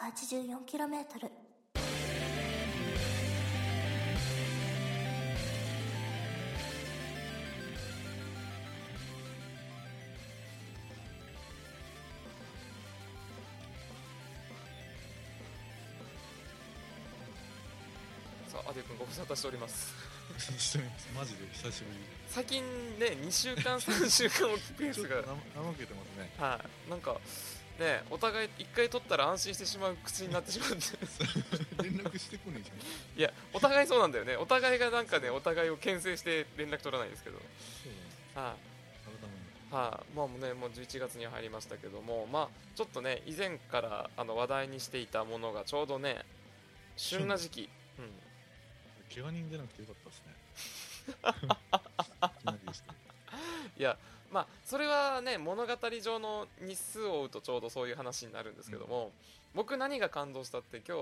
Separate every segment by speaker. Speaker 1: 884km
Speaker 2: さあアデュ君ご無沙汰しております
Speaker 3: マジで久しぶり
Speaker 2: 最近ね2週間3週間おきペー
Speaker 3: ちょ
Speaker 2: ス
Speaker 3: っ
Speaker 2: が
Speaker 3: と な怠けてま すね
Speaker 2: はいなんかねお互い1回取ったら安心してしまう口になってしまって
Speaker 3: 連絡してこねえじゃん
Speaker 2: いやお互いそうなんだよねお互いがなんかねお互いを牽制して連絡取らないんですけど
Speaker 3: そう
Speaker 2: はい
Speaker 3: 改めに
Speaker 2: はい、まあもうねもう11月に入りましたけどもまあちょっとね以前からあの話題にしていたものがちょうどね旬な時期、うん、
Speaker 3: 怪我人出なくてよかったですねいきなりですけど
Speaker 2: いやまあそれはね物語上の日数を追うとちょうどそういう話になるんですけども、僕何が感動したって今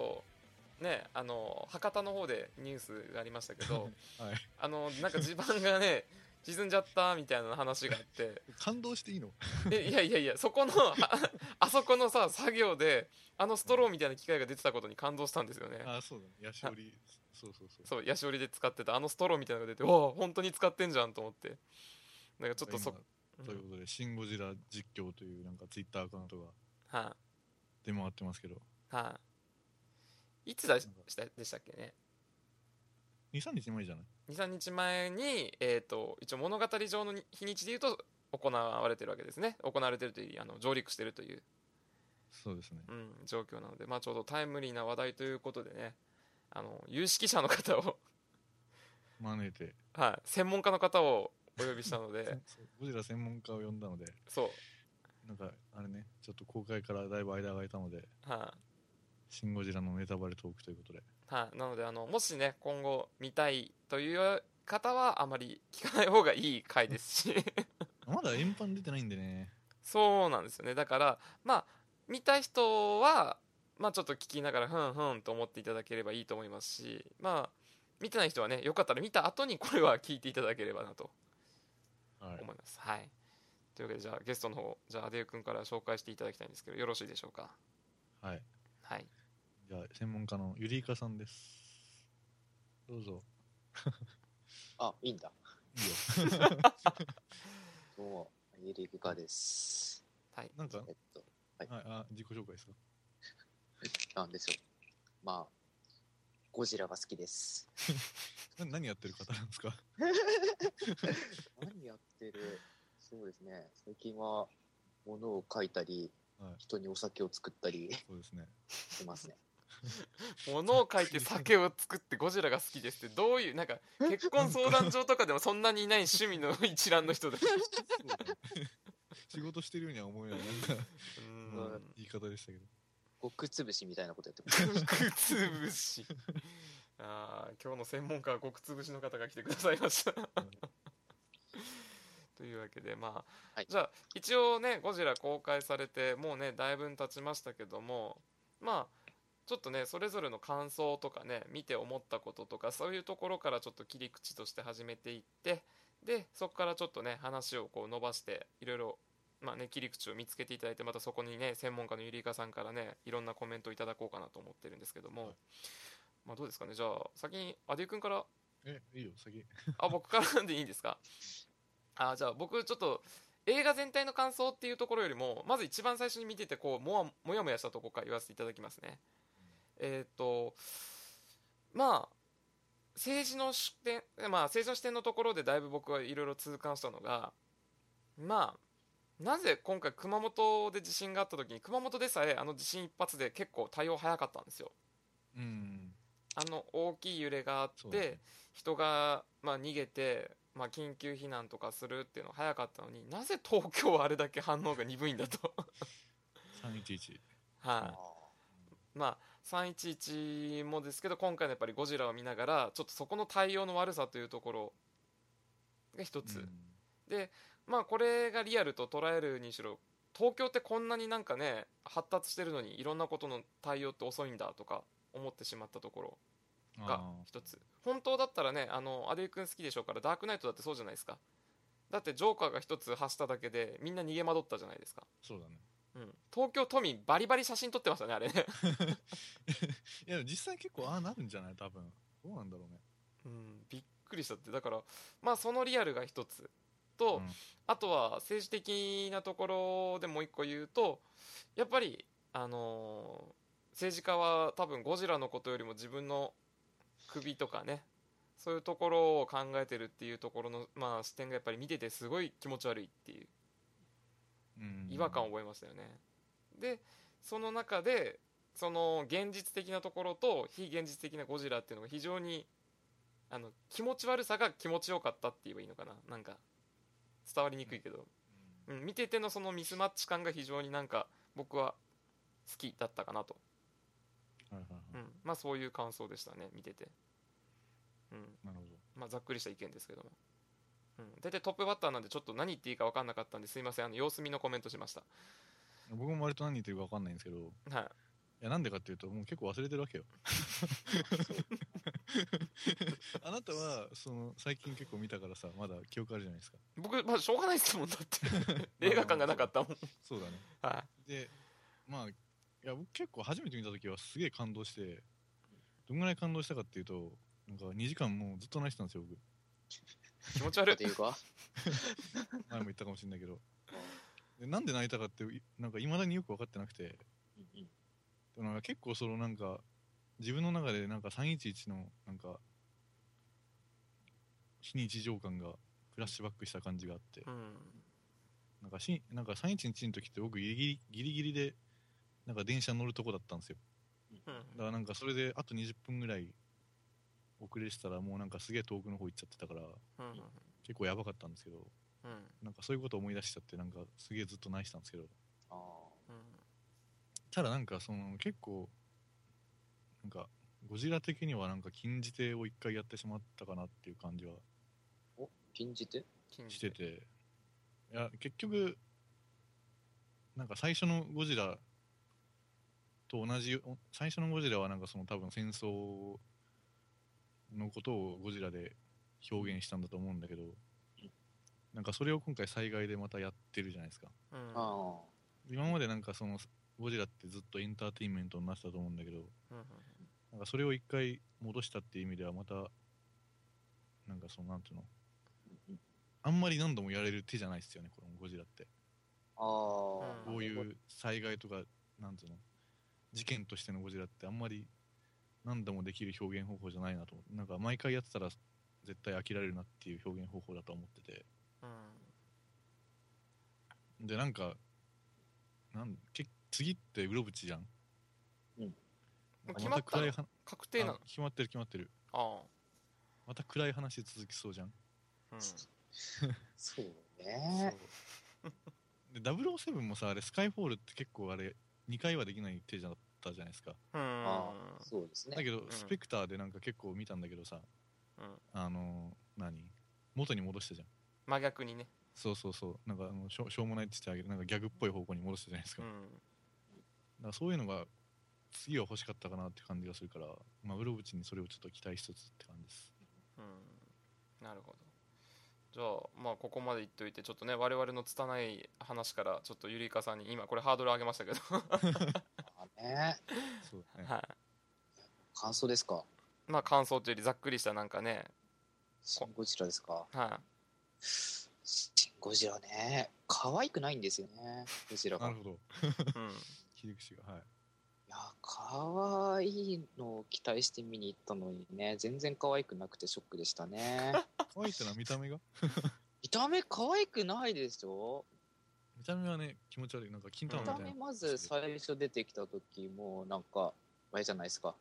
Speaker 2: 日ねあの博多の方でニュースがありましたけ ど
Speaker 3: はい
Speaker 2: あのなんか地盤が ね沈んじゃったみたいな話があって
Speaker 3: 感動していいの
Speaker 2: えいやいやいやそこのあ あそこのさ作業であのストローみたいな機械が出てたことに感動したんですよね
Speaker 3: あそうだねヤシオリそうそうそう
Speaker 2: そうヤシオリで使ってたあのストローみたいなのが出ておお本当に使ってんじゃんと思ってなんかちょっとそ
Speaker 3: 今
Speaker 2: うん
Speaker 3: ということで「シン・ゴジラ実況」というなんかツイッターアカウントが
Speaker 2: はい、
Speaker 3: 出回ってますけど
Speaker 2: はい、いつだしたでしたっけね
Speaker 3: 23日前じゃない
Speaker 2: 23日前に、えー、と一応物語上のに日にちでいうと行われてるわけですね行われてるというあの上陸してるという、
Speaker 3: そうですね
Speaker 2: うん、状況なので、まあ、ちょうどタイムリーな話題ということでねあの有識者の方を、
Speaker 3: 招いて
Speaker 2: はい、専門家の方をお呼びしたの で
Speaker 3: そうゴジラ専門家を呼んだので
Speaker 2: そう、
Speaker 3: なんかあれねちょっと公開からだいぶ間が空いたので
Speaker 2: はい、
Speaker 3: 「シン・ゴジラ」のネタバレトークということで
Speaker 2: はい、なのであのもしね今後見たいという方はあまり聞かない方がいい回ですし
Speaker 3: まだ円盤出てないんでね
Speaker 2: そうなんですよねだからまあ見たい人はまあちょっと聞きながらふんふんと思っていただければいいと思いますしまあ見てない人はねよかったら見た後にこれは聞いていただければなと
Speaker 3: はい
Speaker 2: 思いますはい、というわけでじゃあゲストの方じゃあアデュー君から紹介していただきたいんですけどよろしいでしょうか
Speaker 3: はい
Speaker 2: はい
Speaker 3: じゃあ専門家のゆりいかさんですどうぞ
Speaker 4: あ、いいんだ。
Speaker 3: いいよ
Speaker 4: どうも、ゆりぐかです。
Speaker 2: はい
Speaker 3: なんか、は
Speaker 4: えっ
Speaker 3: い、
Speaker 4: と、
Speaker 3: あ、自己紹介ですか。
Speaker 4: なんですよ。まあ、ゴジラが好きです。
Speaker 3: な何やってる方なんですか。
Speaker 4: 何やってるそうですね。最近は、物を描いたり、
Speaker 3: はい
Speaker 4: 人にお酒を作ったり
Speaker 3: そうで すね。
Speaker 4: してますね。
Speaker 2: 物を書いて酒を作ってゴジラが好きですってどういうなんか結婚相談所とかでもそんなにいない趣味の一覧の人だ
Speaker 3: 仕事してるようには思えない、なんか、
Speaker 2: うん
Speaker 3: 言い方でしたけど。
Speaker 4: 極潰しみたいなことやって ます。
Speaker 2: 極潰し あー今日の専門家は極潰しの方が来てくださいました というわけでまあ、
Speaker 4: はい
Speaker 2: じゃあ一応ねゴジラ公開されてもうねだいぶん経ちましたけどもまあちょっとねそれぞれの感想とかね見て思ったこととかそういうところからちょっと切り口として始めていってでそこからちょっとね話をこう伸ばしていろいろまあね、切り口を見つけていただいてまたそこにね専門家のゆりかさんからねいろんなコメントをいただこうかなと思ってるんですけども、
Speaker 3: はい
Speaker 2: まあどうですかねじゃあ先にアデュー君から
Speaker 3: え、いいよ、先。
Speaker 2: あ僕からでいいんですかあじゃあ僕ちょっと映画全体の感想っていうところよりもまず一番最初に見ててこうもわもやもやしたとこから言わせていただきますねえっ、とまあ政治の視点まあ政治の視点のところでだいぶ僕はいろいろ痛感したのがまあなぜ今回熊本で地震があった時に熊本でさえあの地震一発で結構対応早かったんですよ
Speaker 3: うん。
Speaker 2: あの大きい揺れがあ
Speaker 3: そ
Speaker 2: っ
Speaker 3: うです
Speaker 2: て
Speaker 3: ね
Speaker 2: 人が、まあ、逃げて、まあ、緊急避難とかするっていうの早かったのになぜ東京はあれだけ反応が鈍いんだ と、
Speaker 3: 三一一。
Speaker 2: はいまあ、311もですけど今回のやっぱりゴジラを見ながらちょっとそこの対応の悪さというところが一つ、
Speaker 3: うん
Speaker 2: でまあこれがリアルと捉えるにしろ東京ってこんなになんかね発達してるのにいろんなことの対応って遅いんだとか思ってしまったところが
Speaker 3: あ
Speaker 2: 一つ本当だったらねあのアデュー君好きでしょうからダークナイトだってそうじゃないですかだってジョーカーが一つ発しただけでみんな逃げ惑ったじゃないですか
Speaker 3: ーそうだね。
Speaker 2: うん、東京都民バリバリ写真撮ってましたねあれね、
Speaker 3: いや、でも実際結構ああなるんじゃない多分。どうなんだろうね。
Speaker 2: うん、びっくりしたってだからまあそのリアルが一つと、
Speaker 3: うん
Speaker 2: あとは政治的なところでもう一個言うとやっぱりあのー政治家は多分ゴジラのことよりも自分の首とかねそういうところを考えてるっていうところの、まあ、視点がやっぱり見ててすごい気持ち悪いっていう
Speaker 3: うん
Speaker 2: 違和感を覚えましたよね、でその中でその現実的なところと非現実的なゴジラっていうのが非常にあの気持ち悪さが気持ちよかったって言えばいいのかななんか伝わりにくいけど、うん、見ててのそのミスマッチ感が非常になんか僕は好きだったかなと、
Speaker 3: はいはいは
Speaker 2: う
Speaker 3: い
Speaker 2: ん、まあそういう感想でしたね見てて、うん
Speaker 3: なるほ
Speaker 2: まあ、ざっくりした意見ですけども、うん、大体トップバッターなんでちょっと何言っていいか分かんなかったんですいませんあの様子見のコメントしました
Speaker 3: ど。僕も割と何言ってるか分かんないんですけど、い
Speaker 2: はい
Speaker 3: や、なんでかっていうと、もう結構忘れてるわ けよ。あなたは、その、最近結構見たからさ、まだ記憶あるじゃないですか。
Speaker 2: 僕、まあ、しょうがないですもん、だって。映画館がなかったもん。
Speaker 3: そうだね。
Speaker 2: は
Speaker 3: で、まあ、いや、僕結構初めて見た時はすげえ感動して、どんぐらい感動したかっていうと、なんか2時間もうずっと泣いてたんですよ、僕。
Speaker 2: い。気持ち悪い
Speaker 4: っ。ていうか、
Speaker 3: 前も言ったかもしれないけど。でなんで泣いたかって、いなんか未だによく分かってなくて、
Speaker 4: うんうん
Speaker 3: でもなんか結構そのなんか自分の中でなんか311のなんか非日常感がフラッシュバックした感じがあって
Speaker 2: うん。
Speaker 3: なんかしなんか311の時って僕ギリギリギリギリでなんか電車乗るとこだったんですよ
Speaker 2: うん。
Speaker 3: だからなんかそれであと20分ぐらい遅れてたらもうなんかすげえ遠くの方行っちゃってたから
Speaker 2: うん。
Speaker 3: 結構やばかったんですけど
Speaker 2: うん。
Speaker 3: なんかそういうこと思い出しちゃってなんかすげえずっと泣いてたんですけど
Speaker 4: あ
Speaker 3: ただなんかその結構なんかゴジラ的にはなんか禁じ手を一回やってしまったかなっていう感じは
Speaker 4: ーお禁じて
Speaker 2: 禁
Speaker 3: して。ていや結局なんか最初のゴジラと同じお最初のゴジラはなんかその多分戦争のことをゴジラで表現したんだと思うんだけどなんかそれを今回災害でまたやってるじゃないですか
Speaker 2: うん。
Speaker 4: あ
Speaker 3: 今までなんかそのゴジラってずっとエンターテインメントになってたと思うんだけど
Speaker 2: うん。
Speaker 3: なんかそれを一回戻したっていう意味ではまたなんかそのなんていうの
Speaker 4: ー
Speaker 3: あんまり何度もやれる手じゃないですよねこのゴジラって
Speaker 4: あー
Speaker 2: うん
Speaker 3: こういう災害とかなんていうの事件としてのゴジラってあんまり何度もできる表現方法じゃないなと思ってなんか毎回やってたら絶対飽きられるなっていう表現方法だと思っててでなんかなんけ次ってウロブチじゃん
Speaker 4: うん
Speaker 3: なんか
Speaker 2: 決まった
Speaker 3: 暗いは
Speaker 2: 確定なの
Speaker 3: あ。決まってる決まってる
Speaker 2: あ
Speaker 3: また暗い話続きそうじゃん
Speaker 2: あ。うん。
Speaker 4: そう
Speaker 3: そう
Speaker 4: ね。
Speaker 3: で007もさあれスカイフォールって結構あれ2回はできない手だったじゃないですか
Speaker 2: うん。
Speaker 4: あーそうです
Speaker 3: だ
Speaker 4: ね。
Speaker 3: けど、
Speaker 2: ん
Speaker 3: スペクターでなんか結構見たんだけどさ
Speaker 2: うん
Speaker 3: あのー何元に戻したじゃん
Speaker 2: 真逆にね。
Speaker 3: そうそうそうなんかあのしょしょうもないって言ってあげなんかギャグっぽい方向に戻したじゃないです
Speaker 2: う
Speaker 3: か,、だ
Speaker 2: ん。
Speaker 3: からそういうのが次は欲しかったかなって感じがするからまあウロブチにそれをちょっと期待しつつって感じです
Speaker 2: うん。なるほど。じゃあ、まあ、ここまで言っといて、ちょっとね、我々の拙い話から、ちょっとゆりかさんに、今、これハードル上げましたけど。
Speaker 4: あーね
Speaker 3: そうだね
Speaker 2: はい。
Speaker 4: 感想ですか
Speaker 2: まあ、感想というよりざっくりしたなんかね。
Speaker 4: シン・ゴジラですか
Speaker 2: は
Speaker 4: シン・ゴジラね。可愛くないんですよね、ゴジラ
Speaker 3: な
Speaker 4: が。
Speaker 3: る
Speaker 4: い
Speaker 3: ほど
Speaker 2: い。うん。
Speaker 3: 切り口がはい
Speaker 4: や、可愛いのを期待して見に行ったのにね、全然可愛くなくてショックでし たね。
Speaker 3: 可愛いってのは見た目が
Speaker 4: 見た目可愛くないでしょ
Speaker 3: 見た目はね気持ち悪いなんか金
Speaker 4: 見
Speaker 3: 玉みた
Speaker 4: た
Speaker 3: いな、
Speaker 4: 目まず最初出てきた時もうなんか、あれじゃないですか。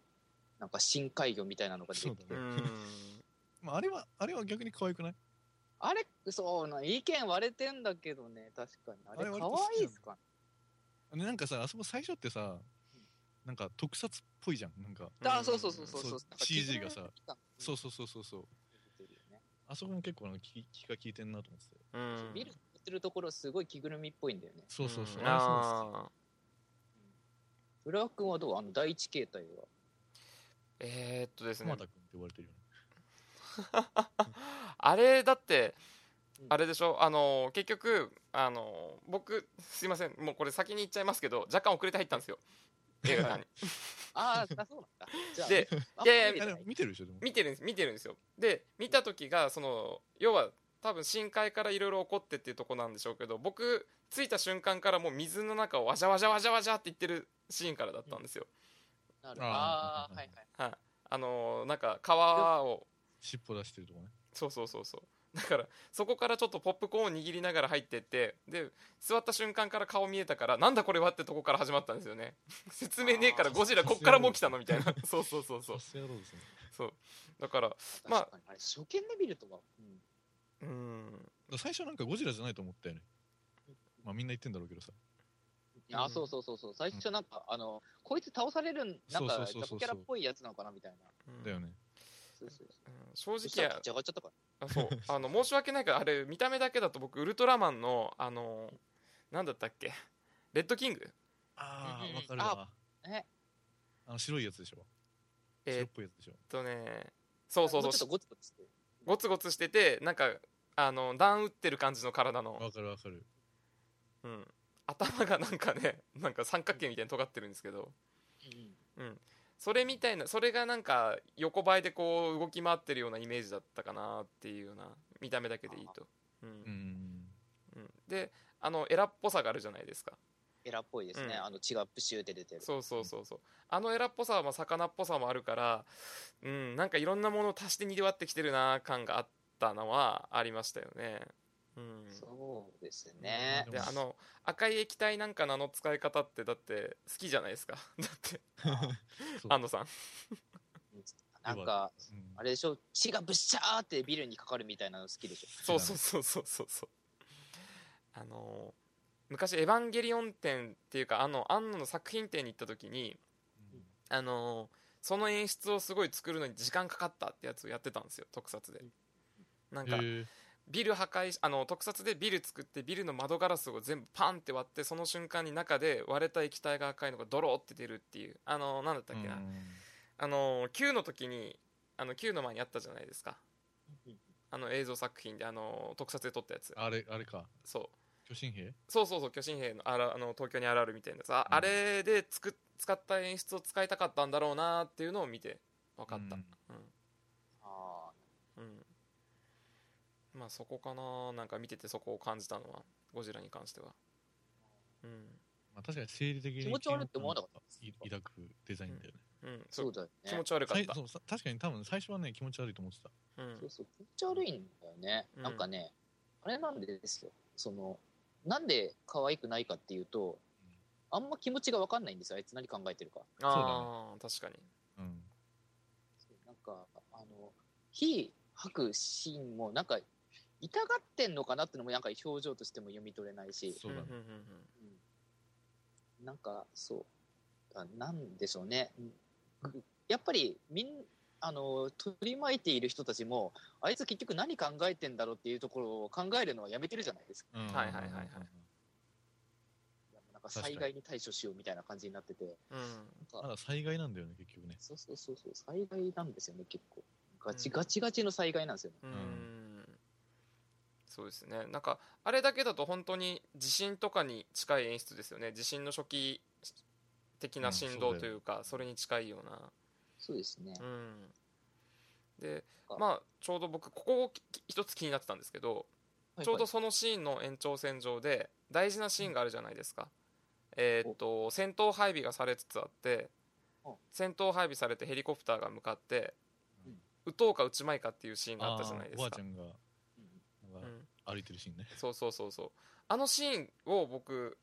Speaker 4: なんか深海魚みたいなのが出てきて
Speaker 3: そうだね
Speaker 2: うん。
Speaker 3: まあ、あれはあれは逆に可愛くない
Speaker 4: あれ、そうな、意見割れてんだけどね、確かに。あ
Speaker 3: あれ
Speaker 4: れ、
Speaker 3: 割
Speaker 4: 可
Speaker 3: と好き
Speaker 4: 愛
Speaker 3: じ
Speaker 4: い
Speaker 3: ゃ
Speaker 4: っ
Speaker 3: ん
Speaker 4: すかね。
Speaker 3: でなんかさあそこ最初ってさなんか特撮っぽいじゃんなんか
Speaker 4: あ、そうそうそうそう
Speaker 3: そ
Speaker 4: そうう。
Speaker 3: CG がさ、そううそうそうそうそう
Speaker 4: 見てるよね。
Speaker 3: あそこも結構なんか気気が利いてんなと思ってて
Speaker 2: うん。
Speaker 4: ビル売ってるところすごい着ぐるみっぽいんだよね。
Speaker 3: そうそうそう、
Speaker 2: ん
Speaker 3: あれそうな
Speaker 2: あ
Speaker 3: んですよ
Speaker 2: ー
Speaker 4: 浦和君はどうあの第一形態は。
Speaker 2: えー、っとですね
Speaker 3: 浜田君って呼ばれてるよね
Speaker 2: あれだってあれでしょあの結局あの僕すいませんもうこれ先に言っちゃいますけど若干遅れて入ったんですよ映画館に
Speaker 4: あーあ、そうなんだ。 じゃあ、
Speaker 2: で
Speaker 4: あんま
Speaker 2: いやいや
Speaker 3: い
Speaker 4: 見れ
Speaker 3: やで
Speaker 4: てな
Speaker 3: も見てるでしょでも
Speaker 2: 見てるんです見てるんですよで見た時がその要は多分深海からいろいろ起こってっていうとこなんでしょうけど僕着いた瞬間からもう水の中をわじゃわじゃわじゃわじゃって言ってるシーンからだったんですよ、
Speaker 4: なる
Speaker 3: あー
Speaker 4: ああー、はいはい。
Speaker 2: はいあのなんか川を
Speaker 3: 尻尾出してるとこね
Speaker 2: そうそうそうそうだからそこからちょっとポップコーンを握りながら入ってってで座った瞬間から顔見えたからなんだこれはってとこから始まったんですよね 説明ねえからゴジラこっからもう来たのみたいなそうそうそうそう
Speaker 3: さすがだですね
Speaker 2: そうだからま
Speaker 4: ま
Speaker 2: あ
Speaker 4: あ、あれ、初見で見るとは、うん
Speaker 2: うん
Speaker 3: だから最初なんかゴジラじゃないと思ったよねまあみんな言ってんだろうけどさ
Speaker 4: あ
Speaker 2: うん
Speaker 4: そうそうそうそう最初なんか、あのこいつ倒されるんなん
Speaker 3: そ
Speaker 4: か
Speaker 3: う
Speaker 4: ジ
Speaker 3: そうそうそう
Speaker 4: ャコキャラっぽいやつなのかなみたいな
Speaker 2: うん
Speaker 3: だよね
Speaker 4: そうそうそう
Speaker 2: うん正
Speaker 4: そした
Speaker 2: 直
Speaker 4: ら立ち上がっちゃったから
Speaker 2: あそうあ の申し訳ないからあれ見た目だけだと僕ウルトラマンのあのなんだったっけレッドキング
Speaker 3: あ
Speaker 4: うん
Speaker 3: あ
Speaker 4: うん
Speaker 3: わかるわ
Speaker 4: え
Speaker 3: あの白いやつでしょ白
Speaker 2: えー
Speaker 3: っ
Speaker 2: っ
Speaker 3: ぽいやつでしょ
Speaker 2: とねそうそう
Speaker 4: も
Speaker 2: そう
Speaker 4: ちょっとゴツゴツして
Speaker 2: ゴツゴツしててなんかあの弾打ってる感じの体の、
Speaker 3: わかるわかる
Speaker 2: うん、頭がなんかね なんか三角形みたいに尖ってるんですけど
Speaker 4: うん
Speaker 2: それみたいなそれがなんか横ばいでこう動き回ってるようなイメージだったかなっていうような見た目だけでいいと、うん
Speaker 3: うん
Speaker 2: うん、であのエラっぽさがあるじゃないですか
Speaker 4: エラっぽいですね、
Speaker 2: うん
Speaker 4: あの血がプシューって出てる
Speaker 2: そうそうそうそうあのエラっぽさはまあ魚っぽさもあるからうんなんかいろんなものを足してにぎわってきてるな感があったのはありましたよねうん
Speaker 4: そうですね
Speaker 3: うん
Speaker 2: であの赤い液体なんかのあの使い方ってだって好きじゃないですか だって
Speaker 3: そう
Speaker 2: 安藤さん
Speaker 4: なんか
Speaker 3: うん
Speaker 4: あれでしょ血がブシャーってビルにかかるみたいなの好きでしょ
Speaker 2: そうそうそうそうそうそうあのー昔「エヴァンゲリオン展」っていうかあの庵野の作品展に行った時に
Speaker 3: うん
Speaker 2: あのーその演出をすごい作るのに時間かかったってやつをやってたんですよ特撮でなんか
Speaker 3: へえ
Speaker 2: ビル破壊しあの特撮でビル作ってビルの窓ガラスを全部パンって割ってその瞬間に中で割れた液体が赤いのがドローって出るっていうあのーなんだったっけな、
Speaker 3: うん
Speaker 2: あの Q の時にあの Q の前にあったじゃないですかあの映像作品であの特撮で撮ったやつ
Speaker 3: あれあれか
Speaker 2: そう
Speaker 3: 巨神兵
Speaker 2: そうそうそう巨神兵のあらあの東京にあるあるみたいなさ、あれでつく使った演出を使いたかったんだろうなっていうのを見て分かった
Speaker 3: う
Speaker 2: うんん、
Speaker 4: あ
Speaker 2: うんまあそこかななんか見ててそこを感じたのはゴジラに関してはうん
Speaker 3: まあ確かに生理的に
Speaker 4: 気持ち悪いって思わなかった
Speaker 3: い抱くデザインだよね
Speaker 2: うん
Speaker 4: そ
Speaker 2: そうう
Speaker 4: だよ
Speaker 2: 気
Speaker 4: ね
Speaker 2: 持ち悪かっ
Speaker 3: 最
Speaker 2: た
Speaker 3: そうさ確かに多分最初はね気持ち悪いと思ってた
Speaker 2: うん
Speaker 4: そうそう気持ち悪いんだよね、
Speaker 2: うん
Speaker 4: なんかねあれなんですよそのなんで可愛くないかっていうとあんま気持ちが分かんないんですよあいつ何考えてるか
Speaker 2: ああ、確かに
Speaker 3: うん
Speaker 4: そうなんかあの火吐くシーンもなんか痛がってんのかなってのもなんか表情としても読み取れないし、
Speaker 3: そうだね
Speaker 2: んんんうん
Speaker 4: うんなんかそうあなんでしょうねぐやっぱりみんあの取り巻いている人たちもあいつ結局何考えてんだろうっていうところを考えるのはやめてるじゃないですか
Speaker 3: うん
Speaker 2: はいはいはいはい
Speaker 4: いやもうなんか
Speaker 3: 確かに
Speaker 4: 災害に対処しようみたいな感じになってて
Speaker 2: うん
Speaker 4: なん
Speaker 3: ま
Speaker 4: か
Speaker 3: だ災害なんだよね結局ね
Speaker 4: そうそうそうそう災害なんですよね結構ガチガチガチの災害なんですよね、
Speaker 2: うんそうですねなんかあれだけだと本当に地震とかに近い演出ですよね地震の初期的な振動というか、それに近いような
Speaker 4: そうですね、
Speaker 2: うんで
Speaker 4: あ
Speaker 2: まあちょうど僕ここをきき一つ気になってたんですけどちょうどそのシーンの延長線上で大事なシーンがあるじゃないですか、えーっと戦闘配備がされつつあって
Speaker 4: うん
Speaker 2: 戦闘配備されてヘリコプターが向かって
Speaker 4: うん
Speaker 2: 撃とうか撃ちまいかっていうシーンがあ
Speaker 3: あ
Speaker 2: ったじゃない
Speaker 3: ー
Speaker 2: で
Speaker 3: お
Speaker 2: す
Speaker 3: ばあ
Speaker 2: か
Speaker 3: ちゃんが
Speaker 4: うん
Speaker 3: なん
Speaker 2: う
Speaker 3: か
Speaker 2: ん
Speaker 3: 歩いてるシーンね
Speaker 2: そうそうそうそうあのシーンを僕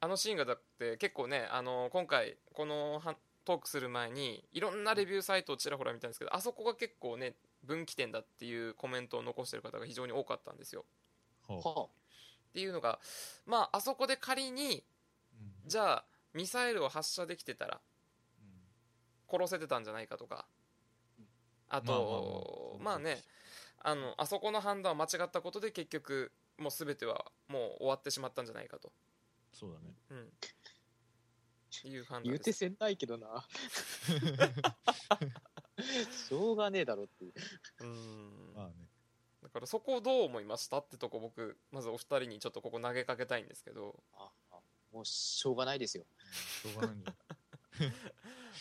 Speaker 2: あのシーンがだって結構ねあの今回このはトークする前にいろんなレビューサイトをちらほら見たんですけどあそこが結構ね分岐点だっていうコメントを残してる方が非常に多かったんですよ
Speaker 3: ほう
Speaker 4: は
Speaker 2: っていうのがまああそこで仮に
Speaker 3: うん
Speaker 2: じゃあミサイルを発射できてたら
Speaker 3: うん
Speaker 2: 殺せてたんじゃないかとかあとまあねあのあそこの判断を間違ったことで結局もう全てはもう終わってしまったんじゃないかと
Speaker 3: そうだね
Speaker 2: うん。いう判
Speaker 4: 言
Speaker 2: 断
Speaker 4: う
Speaker 2: で
Speaker 4: て
Speaker 2: す。
Speaker 4: せんないけ どなしょうがねえだろっていう
Speaker 2: うん。
Speaker 3: まあね
Speaker 2: だからそこをどう思いましたってとこ僕まずお二人にちょっとここ投げかけたいんですけど
Speaker 4: ああもうしょうがないですよ。
Speaker 3: しょうがない んじゃな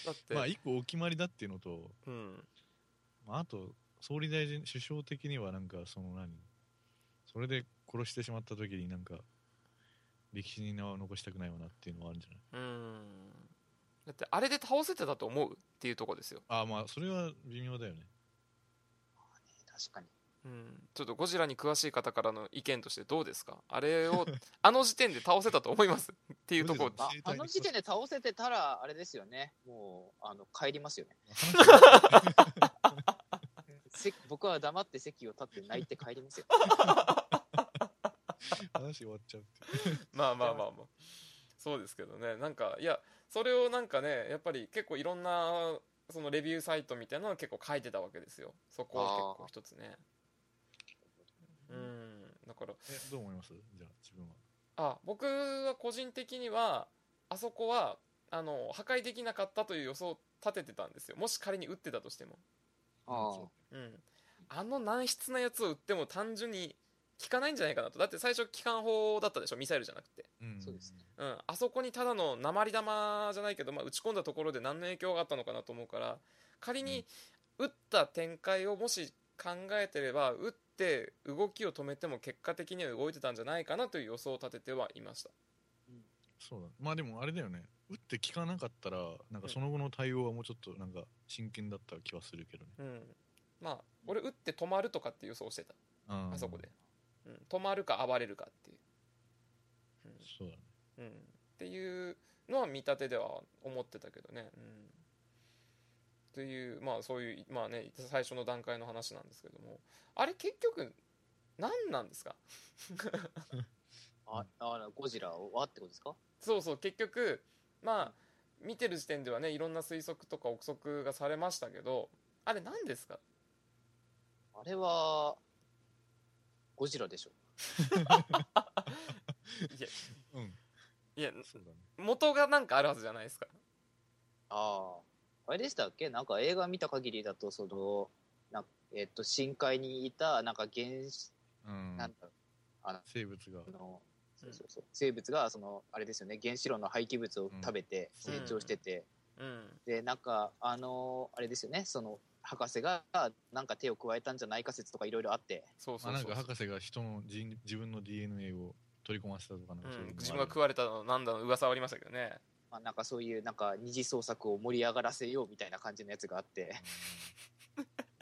Speaker 2: だって、
Speaker 3: いまあ、一個お決まりだっていうのと、
Speaker 2: うん
Speaker 3: まあ、あと、総理大臣、首相的にはなんか、その何、それで殺してしまった時になんか、歴史に名を残したくないわなっていうのはあるんじゃない
Speaker 2: うんだってあれで倒せてたと思うっていうとこですよ、
Speaker 3: ああ、まあ、それは微妙 だよね。
Speaker 4: 確かに。
Speaker 2: うん、ちょっとゴジラに詳しい方からの意見としてどうですかあれ をあの時点で倒せたと思いますっていうとこ
Speaker 3: ゴ
Speaker 4: あ
Speaker 3: 自衛隊に
Speaker 4: あの時点で倒せてたら、あれですよね。もう、あの、帰りますよね。
Speaker 3: 話が
Speaker 4: せ僕は黙って席を立って泣いて帰 りますよ。
Speaker 3: 話終わっちゃうっていう。
Speaker 2: まあまあまあまあそうですけどねなんかいやそれをなんかねやっぱり結構いろんなそのレビューサイトみたいなのを結構書いてたわけですよそこは結構一つねうんだから
Speaker 3: え、どう思いますじゃあ、自分は。
Speaker 2: あ僕は個人的にはあそこはあの破壊できなかったという予想を立ててたんですよもし仮に撃ってたとしても
Speaker 4: あ
Speaker 2: うんあの難筆なやつを撃っても単純に効かないんじゃないかなとだって最初機関砲だったでしょミサイルじゃなくて
Speaker 3: うん
Speaker 4: そうですね。
Speaker 2: うん、あそこにただの鉛玉じゃないけど、まあ、打ち込んだところで何の影響があったのかなと思うから仮に打った展開をもし考えてれば打って動きを止めても結果的には動いてたんじゃないかなという予想を立ててはいました
Speaker 3: そうだ。まあでも、あれだよね。打って聞かなかったら、なんかその後の対応はもうちょっとなんか真剣だった気はするけどね。
Speaker 2: うんまあ俺打って止まるとかっていう予想をしてた
Speaker 3: あー
Speaker 2: あそこで、うん、止まるか暴れるかっていう、
Speaker 3: そうだね。
Speaker 2: うんうん、っていうのは見立てでは思ってたけどねうんというまあそういうまあね最初の段階の話なんですけどもあれ結局何なんですか
Speaker 4: あ、あのゴジラはってことですか
Speaker 2: そうそう結局まあ見てる時点ではねいろんな推測とか憶測がされましたけどあれ何ですか
Speaker 4: あれは、ゴジラでしょ。
Speaker 3: うん。
Speaker 2: いや
Speaker 3: そうだね。
Speaker 2: 元がなんかあるはずじゃないですか
Speaker 4: ああ。あれでしたっけなんか映画見た限りだと、その、なえっと、深海にいた、なんか原始、
Speaker 3: うん
Speaker 4: なんだろう、あ
Speaker 3: 生物が。
Speaker 4: の、そううんそうそう生物が、その、あれですよね、原子炉の廃棄物を食べて
Speaker 3: うん
Speaker 4: 成長してて、
Speaker 2: うん
Speaker 4: で、なんか、あの、あれですよね、その、博士が、なんか手を加えたんじゃないか説とかいろいろあって、
Speaker 2: そうそ
Speaker 3: ま
Speaker 2: う
Speaker 3: あな
Speaker 2: そ
Speaker 3: ん
Speaker 2: うそう
Speaker 3: か博士が人の人自分の DNA を取り込ませたとかなんかそうういうんのもある
Speaker 2: 自分が食われたのなんだの噂はありましたけどね
Speaker 4: まあ、なんかそういう、なんか二次創作を盛り上がらせようみたいな感じのやつがあって、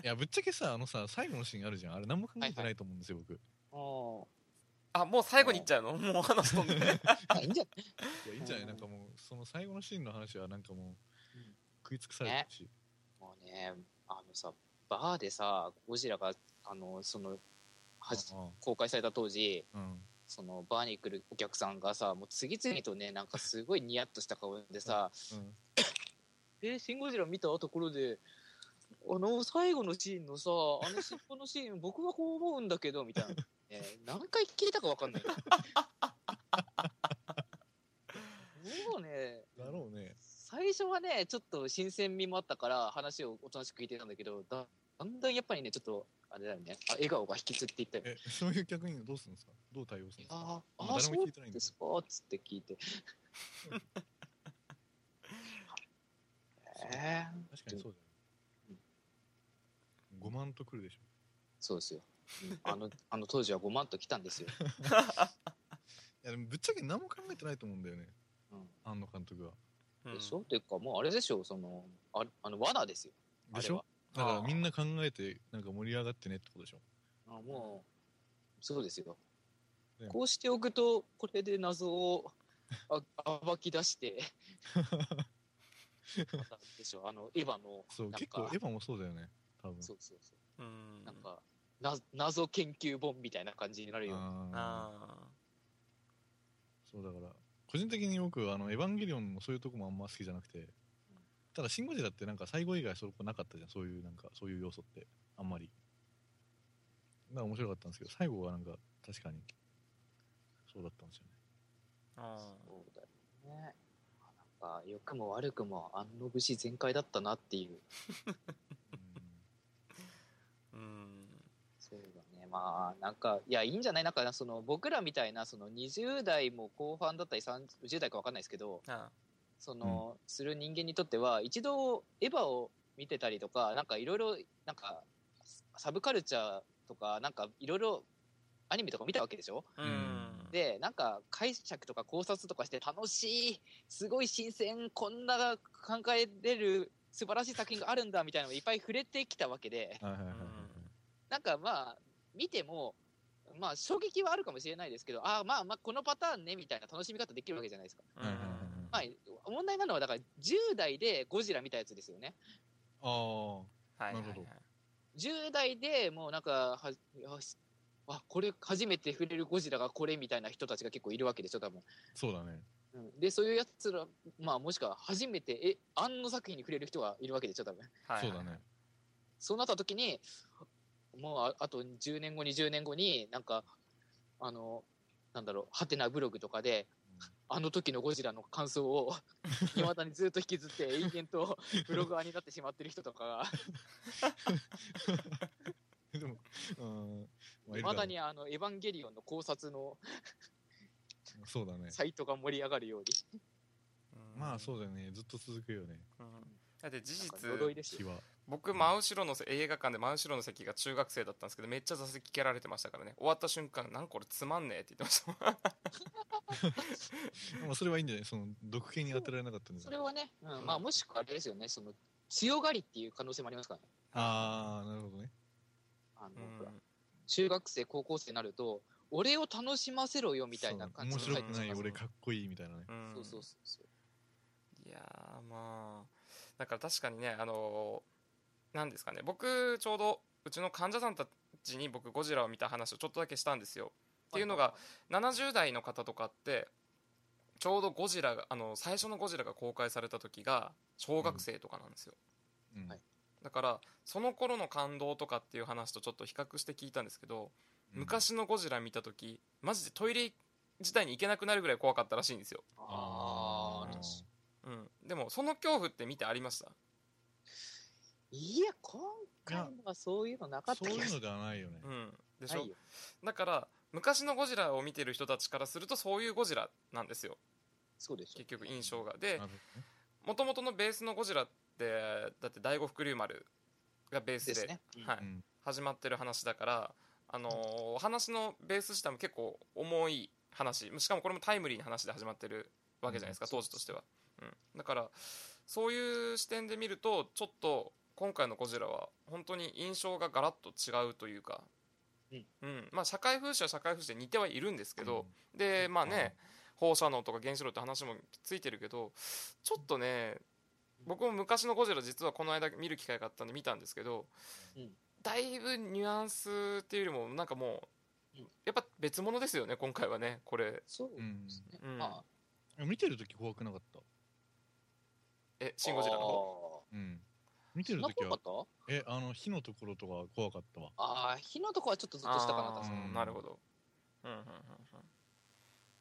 Speaker 3: いやぶっちゃけさあのさ最後のシーンあるじゃんあれ何も考えてないと思うんですよ、
Speaker 4: お
Speaker 2: あもう最後に行っちゃうのもう話飛んで
Speaker 4: いいんじゃ ない
Speaker 3: 僕いやいいんじゃない、
Speaker 4: うん
Speaker 3: なんかもうその最後のシーンの話はなんかもう、
Speaker 4: うん
Speaker 3: 食い尽くされてるし、
Speaker 4: もうね、あのさ、バーでさ、ゴジラが、あの、その、はじ
Speaker 3: あ
Speaker 4: 公開された当時、
Speaker 3: あうん
Speaker 4: その、バーに来るお客さんがさ、もう次々とね、なんかすごいニヤッとした顔でさ、
Speaker 3: うん
Speaker 4: え、シンゴジラ見たところで、あの、最後のシーンのさ、あの尻尾のシーン、 僕はこう思うんだけど、みたいな。ね、何回聞いたかわかんない。もうね、
Speaker 3: だろうね
Speaker 4: 最初はねちょっと新鮮味もあったから話をおとなしく聞いてたんだけどだだんだんやっぱりねちょっとあれだよねあ笑顔が引きつっていったよね
Speaker 3: えそういう客にどうするんですかどう対応するんですか
Speaker 4: あー
Speaker 3: ま
Speaker 4: あ
Speaker 3: あ
Speaker 4: ー
Speaker 3: 誰
Speaker 4: そ
Speaker 3: も
Speaker 4: う
Speaker 3: 聞いてないんだ
Speaker 4: ですかつって聞いてえー、
Speaker 3: 確かにそうだよ、ね5万とくるでしょ
Speaker 4: そうですようんあのあの当時は5万と来たんですよ、
Speaker 3: いやでもぶっちゃけ何も考えてないと思うんだよね
Speaker 4: う、
Speaker 3: 庵野監督は
Speaker 2: うんん
Speaker 4: でしょっていうかもうあれでしょそのああの罠ですよ
Speaker 3: でしょ
Speaker 2: あれ
Speaker 3: だ
Speaker 2: は
Speaker 3: からみんな考えてなんか盛り上がってねってことでしょ
Speaker 4: あもうそうですよ、
Speaker 3: ね
Speaker 4: こうしておくとこれで謎をあ暴き出してまたでしょあのエヴァの
Speaker 3: そう
Speaker 4: なん
Speaker 3: 結
Speaker 4: か
Speaker 3: 構エヴァもそうだよね多分
Speaker 4: そうそうそううんなんかな謎研究本みたいな感じになるよ
Speaker 3: ああ
Speaker 2: ああ
Speaker 3: そうだから個人的に僕あの「エヴァンゲリオン」のそういうとこもあんま好きじゃなくてただ「シン・ゴジラ」ってなんか最後以外そこなかったじゃんそういうなんかそういう要素ってあんまりだから面白かったんですけど最後はなんか確かにそうだったんですよね
Speaker 2: あ
Speaker 4: そうだよねなんか良くも悪くも安の節全開だったなっていう
Speaker 3: うん
Speaker 2: ーうん
Speaker 4: そうだね、まあなんかいやいいんじゃないなんかその僕らみたいなその20代も後半だったり30代か分かんないですけど
Speaker 2: あ
Speaker 4: その、する人間にとっては一度エヴァを見てたりとかなんかいろいろなんかサブカルチャーとかなんかいろいろアニメとか見たわけでしょ
Speaker 2: あう
Speaker 3: うん
Speaker 2: ん
Speaker 4: でなんか解釈とか考察とかして楽しいすごい新鮮こんな考えれる素晴らしい作品があるんだみたいなのをいっぱい触れてきたわけで
Speaker 3: はいはいはいはい
Speaker 4: なんかまあ見てもまあ衝撃はあるかもしれないですけどああまあまあこのパターンねみたいな楽しみ方できるわけじゃないですか、
Speaker 2: うん
Speaker 3: はいはいはいはい
Speaker 4: まあ、問題なのはだから10代でゴジラ見たやつですよね
Speaker 3: あー
Speaker 2: はいはい
Speaker 3: なる
Speaker 2: はい
Speaker 3: ほど
Speaker 4: 10代でもうなんかはよしあこれ初めて触れるゴジラがこれみたいな人たちが結構いるわけでしょ多分
Speaker 3: そうだね
Speaker 4: うんでそういうやつら、まあ、もしくは初めてえあんの作品に触れる人がいるわけでしょ多分
Speaker 2: はい
Speaker 3: そうだね
Speaker 4: そうなった時にもうああと10年後20年後になんかあのなんだろうハテナブログとかであの時のゴジラの感想を いまだにずっと引きずって永遠とブロガーになってしまってる人とか
Speaker 3: でもうんまあいるだろう
Speaker 4: がいまだにあの「エヴァンゲリオン」の考察の
Speaker 3: そうだね
Speaker 4: サイトが盛り上がるように
Speaker 2: うん
Speaker 3: まあそうだよねずっと続くよね
Speaker 2: うんだって事
Speaker 4: なん
Speaker 2: 実
Speaker 4: か呪いです
Speaker 3: 気
Speaker 4: よ
Speaker 3: は
Speaker 2: 僕真後ろの映画館で真後ろの席が中学生だったんですけどめっちゃ座席蹴られてましたからね終わった瞬間なんかこれつまんねえって言ってましたもん
Speaker 3: まあそれはいいんじゃないその毒気に当てられなかったん
Speaker 4: そ
Speaker 3: だ
Speaker 4: れはね、うん、まあもしくはあれですよねその強がりっていう可能性もありますからね
Speaker 3: ああなるほどね
Speaker 4: あの、
Speaker 2: うん
Speaker 4: ほら中学生高校生になると俺を楽しませろよみたいな感じの
Speaker 3: そうだね面
Speaker 4: タイ
Speaker 3: 白
Speaker 4: プ
Speaker 3: くない
Speaker 4: です
Speaker 3: 俺かっこいいみたいなね
Speaker 2: うん
Speaker 4: そうそうそうそう
Speaker 2: いやーまあだから確かにねあのーなんですかね僕ちょうどうちの患者さんたちに僕ゴジラを見た話をちょっとだけしたんですよっていうのが70代の方とかってちょうどゴジラがあの最初のゴジラが公開された時が小学生とかなんですよ、
Speaker 3: うん
Speaker 4: はい
Speaker 2: だからその頃の感動とかっていう話とちょっと比較して聞いたんですけど、
Speaker 3: うん
Speaker 2: 昔のゴジラ見た時マジでトイレ自体に行けなくなるぐらい怖かったらしいんですよ、
Speaker 4: あ
Speaker 3: ー
Speaker 4: あ
Speaker 2: うん、でもその恐怖って見てありました
Speaker 4: いや今回のはそういうのなかった
Speaker 3: そう
Speaker 4: 気が
Speaker 3: いう
Speaker 4: す
Speaker 3: の
Speaker 4: る
Speaker 3: ではないよね
Speaker 2: うん、でし
Speaker 4: な
Speaker 2: ょ、
Speaker 4: いよ
Speaker 2: だから昔のゴジラを見てる人たちからするとそういうゴジラなんですよ
Speaker 4: そうでしょ
Speaker 2: 結局印象がで
Speaker 3: なるほどね
Speaker 2: もともとのベースのゴジラってだって第五福竜丸がベースで
Speaker 4: ですね
Speaker 2: はい
Speaker 3: うん
Speaker 2: 始まってる話だから、あのーお話のベース自体も結構重い話しかもこれもタイムリーな話で始まってるわけじゃないですか、
Speaker 4: うん
Speaker 2: 当時としては、うん、だからそういう視点で見るとちょっと今回の「ゴジラ」は本当に印象がガラッと違うというか、
Speaker 4: うん
Speaker 2: まあ、社会風刺は社会風刺で似てはいるんですけど、でまあね、放射能とか原子炉って話もついてるけどちょっとね僕も昔の「ゴジラ」実はこの間見る機会があったんで見たんですけど、
Speaker 4: うん
Speaker 2: だいぶニュアンスっていうよりもなんかもう
Speaker 4: うん
Speaker 2: やっぱ別物ですよね今回はねこれ
Speaker 4: そう
Speaker 3: うん
Speaker 4: ですね
Speaker 2: うん
Speaker 4: まあ
Speaker 3: うん見てるとき怖くなかった
Speaker 2: えシン・ゴジラの方
Speaker 3: うん見て
Speaker 4: あー
Speaker 3: るとき
Speaker 4: そんな
Speaker 3: は
Speaker 4: 怖かっ
Speaker 3: えあの火のところとかは怖かったわ
Speaker 4: たああ火のとこはちょっとずっとしたかな
Speaker 2: あ
Speaker 4: 確
Speaker 2: ー
Speaker 4: かに
Speaker 3: に
Speaker 2: なるほどうんうんうん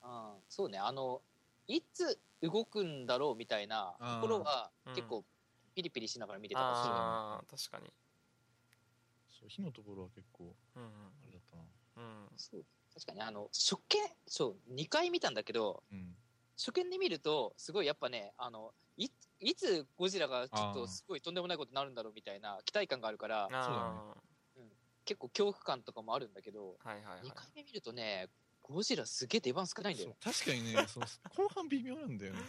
Speaker 4: あーそうねあのいつ動くんだろうみたいなところは
Speaker 2: あー
Speaker 4: 結構ピリピリしながら見て
Speaker 2: うん
Speaker 4: たかもしれない
Speaker 2: ああ確かに
Speaker 3: そう火のところは結構
Speaker 2: うん
Speaker 3: あれだったな
Speaker 2: うんうん
Speaker 4: そう確かにあの初見そう2回見たんだけど
Speaker 3: うん
Speaker 4: 初見で見るとすごいやっぱねあのいいつゴジラがちょっとすごいとんでもないことになるんだろうみたいな期待感があるから
Speaker 2: あ
Speaker 4: 結構恐怖感とかもあるんだけど
Speaker 2: あはいはいはい
Speaker 4: 2回目見るとねゴジラすげえ出番少ないんだ
Speaker 3: そう
Speaker 4: よ
Speaker 3: 確かにねそう後半微妙なんだよね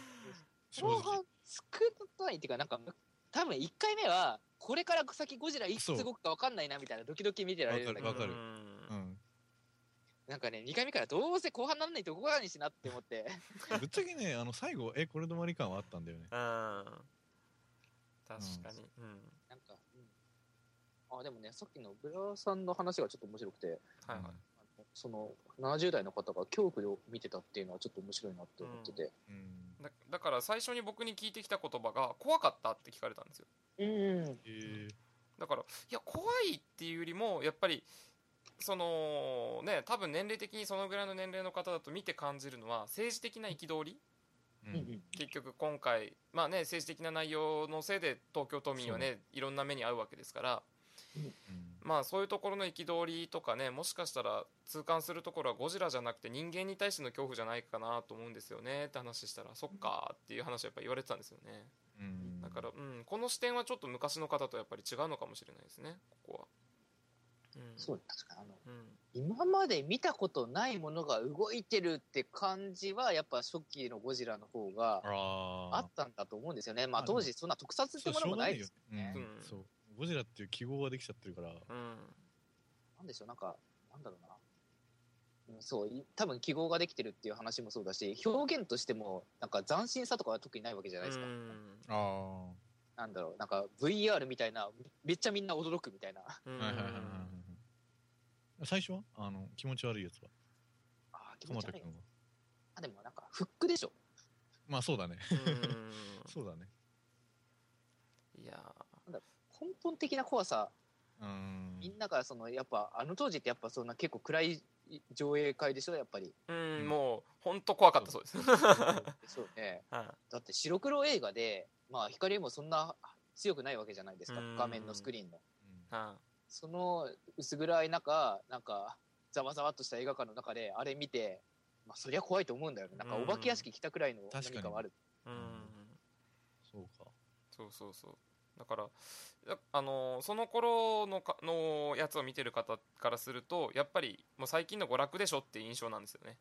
Speaker 3: 正
Speaker 4: 後
Speaker 3: 直
Speaker 4: 半少ないっていうかなんか多分1回目はこれから先ゴジラいつ
Speaker 3: そう
Speaker 4: 動くか分かんないなみたいなドキドキ見てられるんだけ
Speaker 3: わ
Speaker 4: ど
Speaker 3: かる
Speaker 2: うん
Speaker 3: うん
Speaker 4: なんかね2回目からどうせ後半ならないと動かないしなって思って
Speaker 3: ぶっちゃけねあの最後えこれ止まり感はあったんだよね
Speaker 2: うん確かにうん
Speaker 4: なんか、うん、あでもねさっきのブラーさんの話がちょっと面白くて
Speaker 2: はいはい
Speaker 4: あのその70代の方が恐怖を見てたっていうのはちょっと面白いなって思ってて、
Speaker 3: うん
Speaker 2: だだから最初に僕に聞いてきた言葉が怖かったって聞かれたんですよ
Speaker 4: うん、
Speaker 3: えー
Speaker 2: だからいや怖いっていうよりもやっぱりそのね多分年齢的にそのぐらいの年齢の方だと見て感じるのは政治的な憤り
Speaker 3: う
Speaker 4: うんうんん、
Speaker 2: 結局今回まあね政治的な内容のせいで東京都民はねいろんな目に遭うわけですから
Speaker 3: うん
Speaker 2: まあそういうところの憤りとかねもしかしたら痛感するところはゴジラじゃなくて人間に対しての恐怖じゃないかなと思うんですよねって話したらそっかーっていう話はやっぱ言われてたんですよね
Speaker 3: うん
Speaker 2: だから、うん、この視点はちょっと昔の方とやっぱり違うのかもしれないですねここは、うん、
Speaker 4: そう確かにあの
Speaker 2: うん
Speaker 4: 今まで見たことないものが動いてるって感じはやっぱ初期のゴジラの方が
Speaker 3: あー
Speaker 4: あったんだと思うんですよねまあ
Speaker 3: あ
Speaker 4: 当時そんな特撮ってものもないですよね
Speaker 3: そうしょうがないよね
Speaker 2: うん
Speaker 3: そうゴジラっていう記号ができちゃってるから、
Speaker 2: うん
Speaker 4: なんでしょうなんかなんだろうなうんそうい多分記号ができてるっていう話もそうだし表現としてもなんか斬新さとかは特にないわけじゃないですか、
Speaker 2: うん
Speaker 3: ああ
Speaker 4: なんだろうなんか VR みたいなめっちゃみんな驚くみたいな
Speaker 2: うん
Speaker 3: はいはいはいはいはい最初はあの気持ち悪いやつは
Speaker 4: あー気
Speaker 3: ト
Speaker 4: 持
Speaker 3: マ
Speaker 4: ち
Speaker 3: ト
Speaker 4: 悪い
Speaker 3: 君は
Speaker 4: あでもなんかフックでしょ
Speaker 3: まあそうだね
Speaker 2: う
Speaker 3: そうだね
Speaker 2: んいや
Speaker 4: 根本的な怖さ
Speaker 3: うーん
Speaker 4: みんながそのやっぱあの当時ってやっぱそんな結構暗い上映会でしょやっぱり
Speaker 2: ーう
Speaker 3: うんん
Speaker 2: もう本当怖かったそうです
Speaker 4: そうね
Speaker 2: は
Speaker 4: だって白黒映画でまあ光もそんな強くないわけじゃないですか
Speaker 2: うん
Speaker 4: 画面のスクリーンの
Speaker 2: いは
Speaker 4: その薄暗い中なんかざわざわっとした映画館の中であれ見てまあそりゃ怖いと思うんだよねなんかお化け屋敷来たくらいの
Speaker 3: 確かに
Speaker 4: 何かはある
Speaker 2: いうん
Speaker 3: そうか
Speaker 2: そうそうそうだからやあのーその頃のかのやつを見てる方からするとやっぱりもう最近の娯楽でしょっていう印象なんですよね、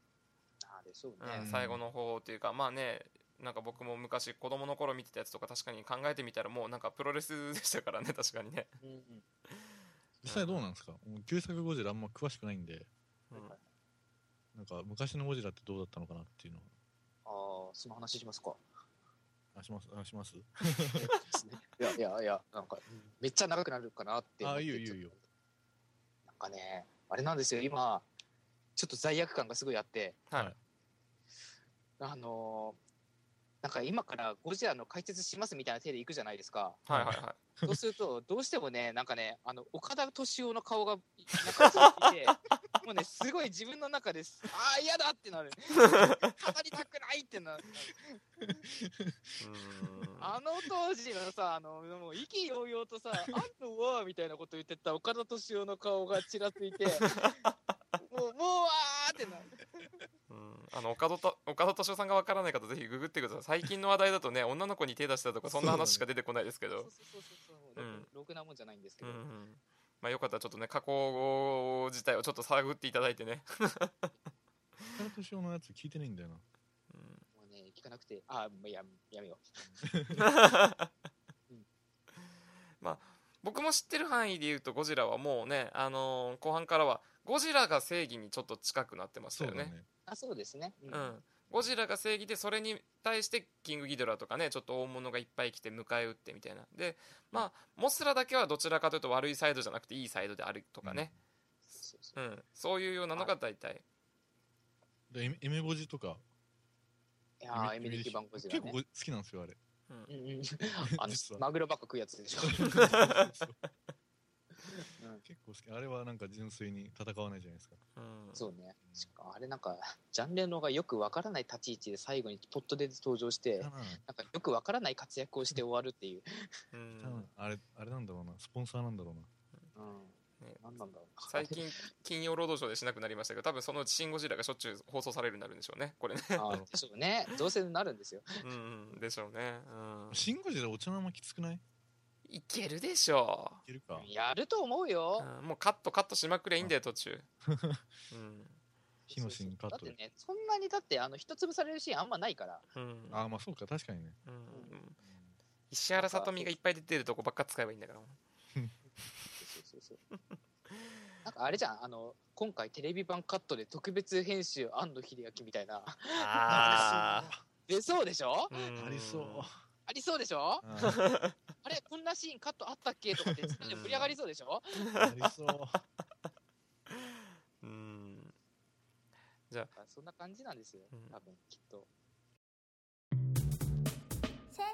Speaker 4: あーでしょう
Speaker 2: うん
Speaker 4: ね
Speaker 2: 最後の方というかまあねなんか僕も昔子供の頃見てたやつとか確かに考えてみたらもうなんかプロレスでしたからね確かにね、
Speaker 4: うんうん
Speaker 3: 実際どうなんですかもう旧作ゴジラあんま詳しくないんで
Speaker 2: うん
Speaker 4: はいはい
Speaker 3: なんか昔のゴジラってどうだったのかなっていうのは
Speaker 4: ああその話しますか
Speaker 3: あしますあします
Speaker 4: いやいやいやなんかめっちゃ長くなるかなって思っ
Speaker 3: あ
Speaker 4: て
Speaker 3: いいよいいよ
Speaker 4: ちょっと
Speaker 3: いいよ
Speaker 4: なんかねあれなんですよ今ちょっと罪悪感がすごいあって
Speaker 2: はい、
Speaker 3: はい
Speaker 4: あのーなんか今からゴジラの解説しますみたいな手で行くじゃないですか
Speaker 2: はいはいは
Speaker 4: そうする とどうしてもねなんかねあの岡田敏夫の顔がなんか浮 いてもうねすごい自分の中ですああ嫌だって なる語りたくないってなる
Speaker 2: い、うん
Speaker 4: あの当時のさ、あの、もう意気揚々とさ、あんのはみたいなこと言ってた岡田敏夫の顔がちらついて、もう、もう、あーってなる。
Speaker 2: うんあの岡田と岡田敏夫さんがわからない方ぜひググってください最近の話題だとね女の子に手出したとかそんな話しか出てこないですけ
Speaker 4: そう
Speaker 2: ど
Speaker 4: そうそうそう、
Speaker 2: うん
Speaker 4: ろくろくなもんじゃないんですけ
Speaker 2: う
Speaker 4: ど、
Speaker 2: んうんまあよかったらちょっとね加工自体をちょっと探っていただいてね、
Speaker 3: カルトシオのやつ聞いてないんだよな
Speaker 2: うん
Speaker 4: もうね、聞かなくて、あー、もうややめよ
Speaker 2: 僕も知ってる範囲で言うとゴジラはもうね、あのー後半からはゴジラが正義にちょっと近くなってました
Speaker 3: そう
Speaker 2: よ
Speaker 3: だ
Speaker 2: ね
Speaker 3: ね
Speaker 4: う。あ、そうですね。うん
Speaker 2: うん、ゴジラが正義でそれに対してキングギドラとかねちょっと大物がいっぱい来て迎え撃ってみたいなでまあモスラだけはどちらかというと悪いサイドじゃなくていいサイドであるとかね、
Speaker 4: そうそう
Speaker 2: う
Speaker 4: そ
Speaker 2: ん
Speaker 4: う
Speaker 2: そういうようなのが大体、
Speaker 3: でエメエメゴジとか
Speaker 4: いやー、エミリキバンゴジラ
Speaker 3: 結
Speaker 4: ね
Speaker 3: 構。好きなんですよ あれ
Speaker 2: うん
Speaker 4: うんうん、あの
Speaker 3: 実は
Speaker 4: マグロばっか食うやつでしょ。
Speaker 3: そうそうそう
Speaker 4: うん
Speaker 3: 結構好きあれはなんか純粋に戦わないじゃないですか
Speaker 2: うん
Speaker 4: そうね。しかもあれなんか、ジャンルのがよくわからない立ち位置で最後にポットで登場して、
Speaker 3: かな
Speaker 4: なんかよくわからない活躍をして終わるっていう。
Speaker 2: う
Speaker 3: 多分
Speaker 2: ん
Speaker 3: あれあれなんだろうなスポンサーなんだろうな
Speaker 4: うん
Speaker 2: ね
Speaker 4: なんなんだろう。
Speaker 2: 最近金曜ロードショーでしなくなりましたけど多分そのうち「シン・ゴジラ」がしょっちゅう放送されるようになるんでしょうねこれね
Speaker 4: あーでしょうね。どうせなるんですよ。
Speaker 2: うんうんでしょうね、うん、
Speaker 3: シン・ゴジラお茶の間きつくないい
Speaker 2: いけるでしょ
Speaker 3: けるか
Speaker 4: やると思う
Speaker 2: う、
Speaker 4: よ
Speaker 2: う。ん、もうカットカットしまくりゃいいんだよ途 中、うん
Speaker 3: 火のシーンカット
Speaker 4: だっ
Speaker 3: で
Speaker 4: てね、そんなにだって、あの、人潰されるシーンあんまないから。
Speaker 2: うん
Speaker 3: ああまあそうか確かにね
Speaker 2: うん、石原さとみがいっぱい出てるとこばっか使えばいいんだから
Speaker 4: そうそうそうそう。なんかあれじゃん、あの、今回テレビ版カットで特別編集庵野秀明みたいな。
Speaker 2: あ
Speaker 4: 出そうでしょ
Speaker 3: ありそう
Speaker 4: ありそうでしょ
Speaker 3: あー
Speaker 4: あれこんなシーンカットあったっけとかって、盛り上がりそうでしょ
Speaker 3: ありそう
Speaker 2: ううん
Speaker 4: なんかそんな感じなんですよ
Speaker 2: うん。
Speaker 4: 多分、きっと。
Speaker 1: 1184km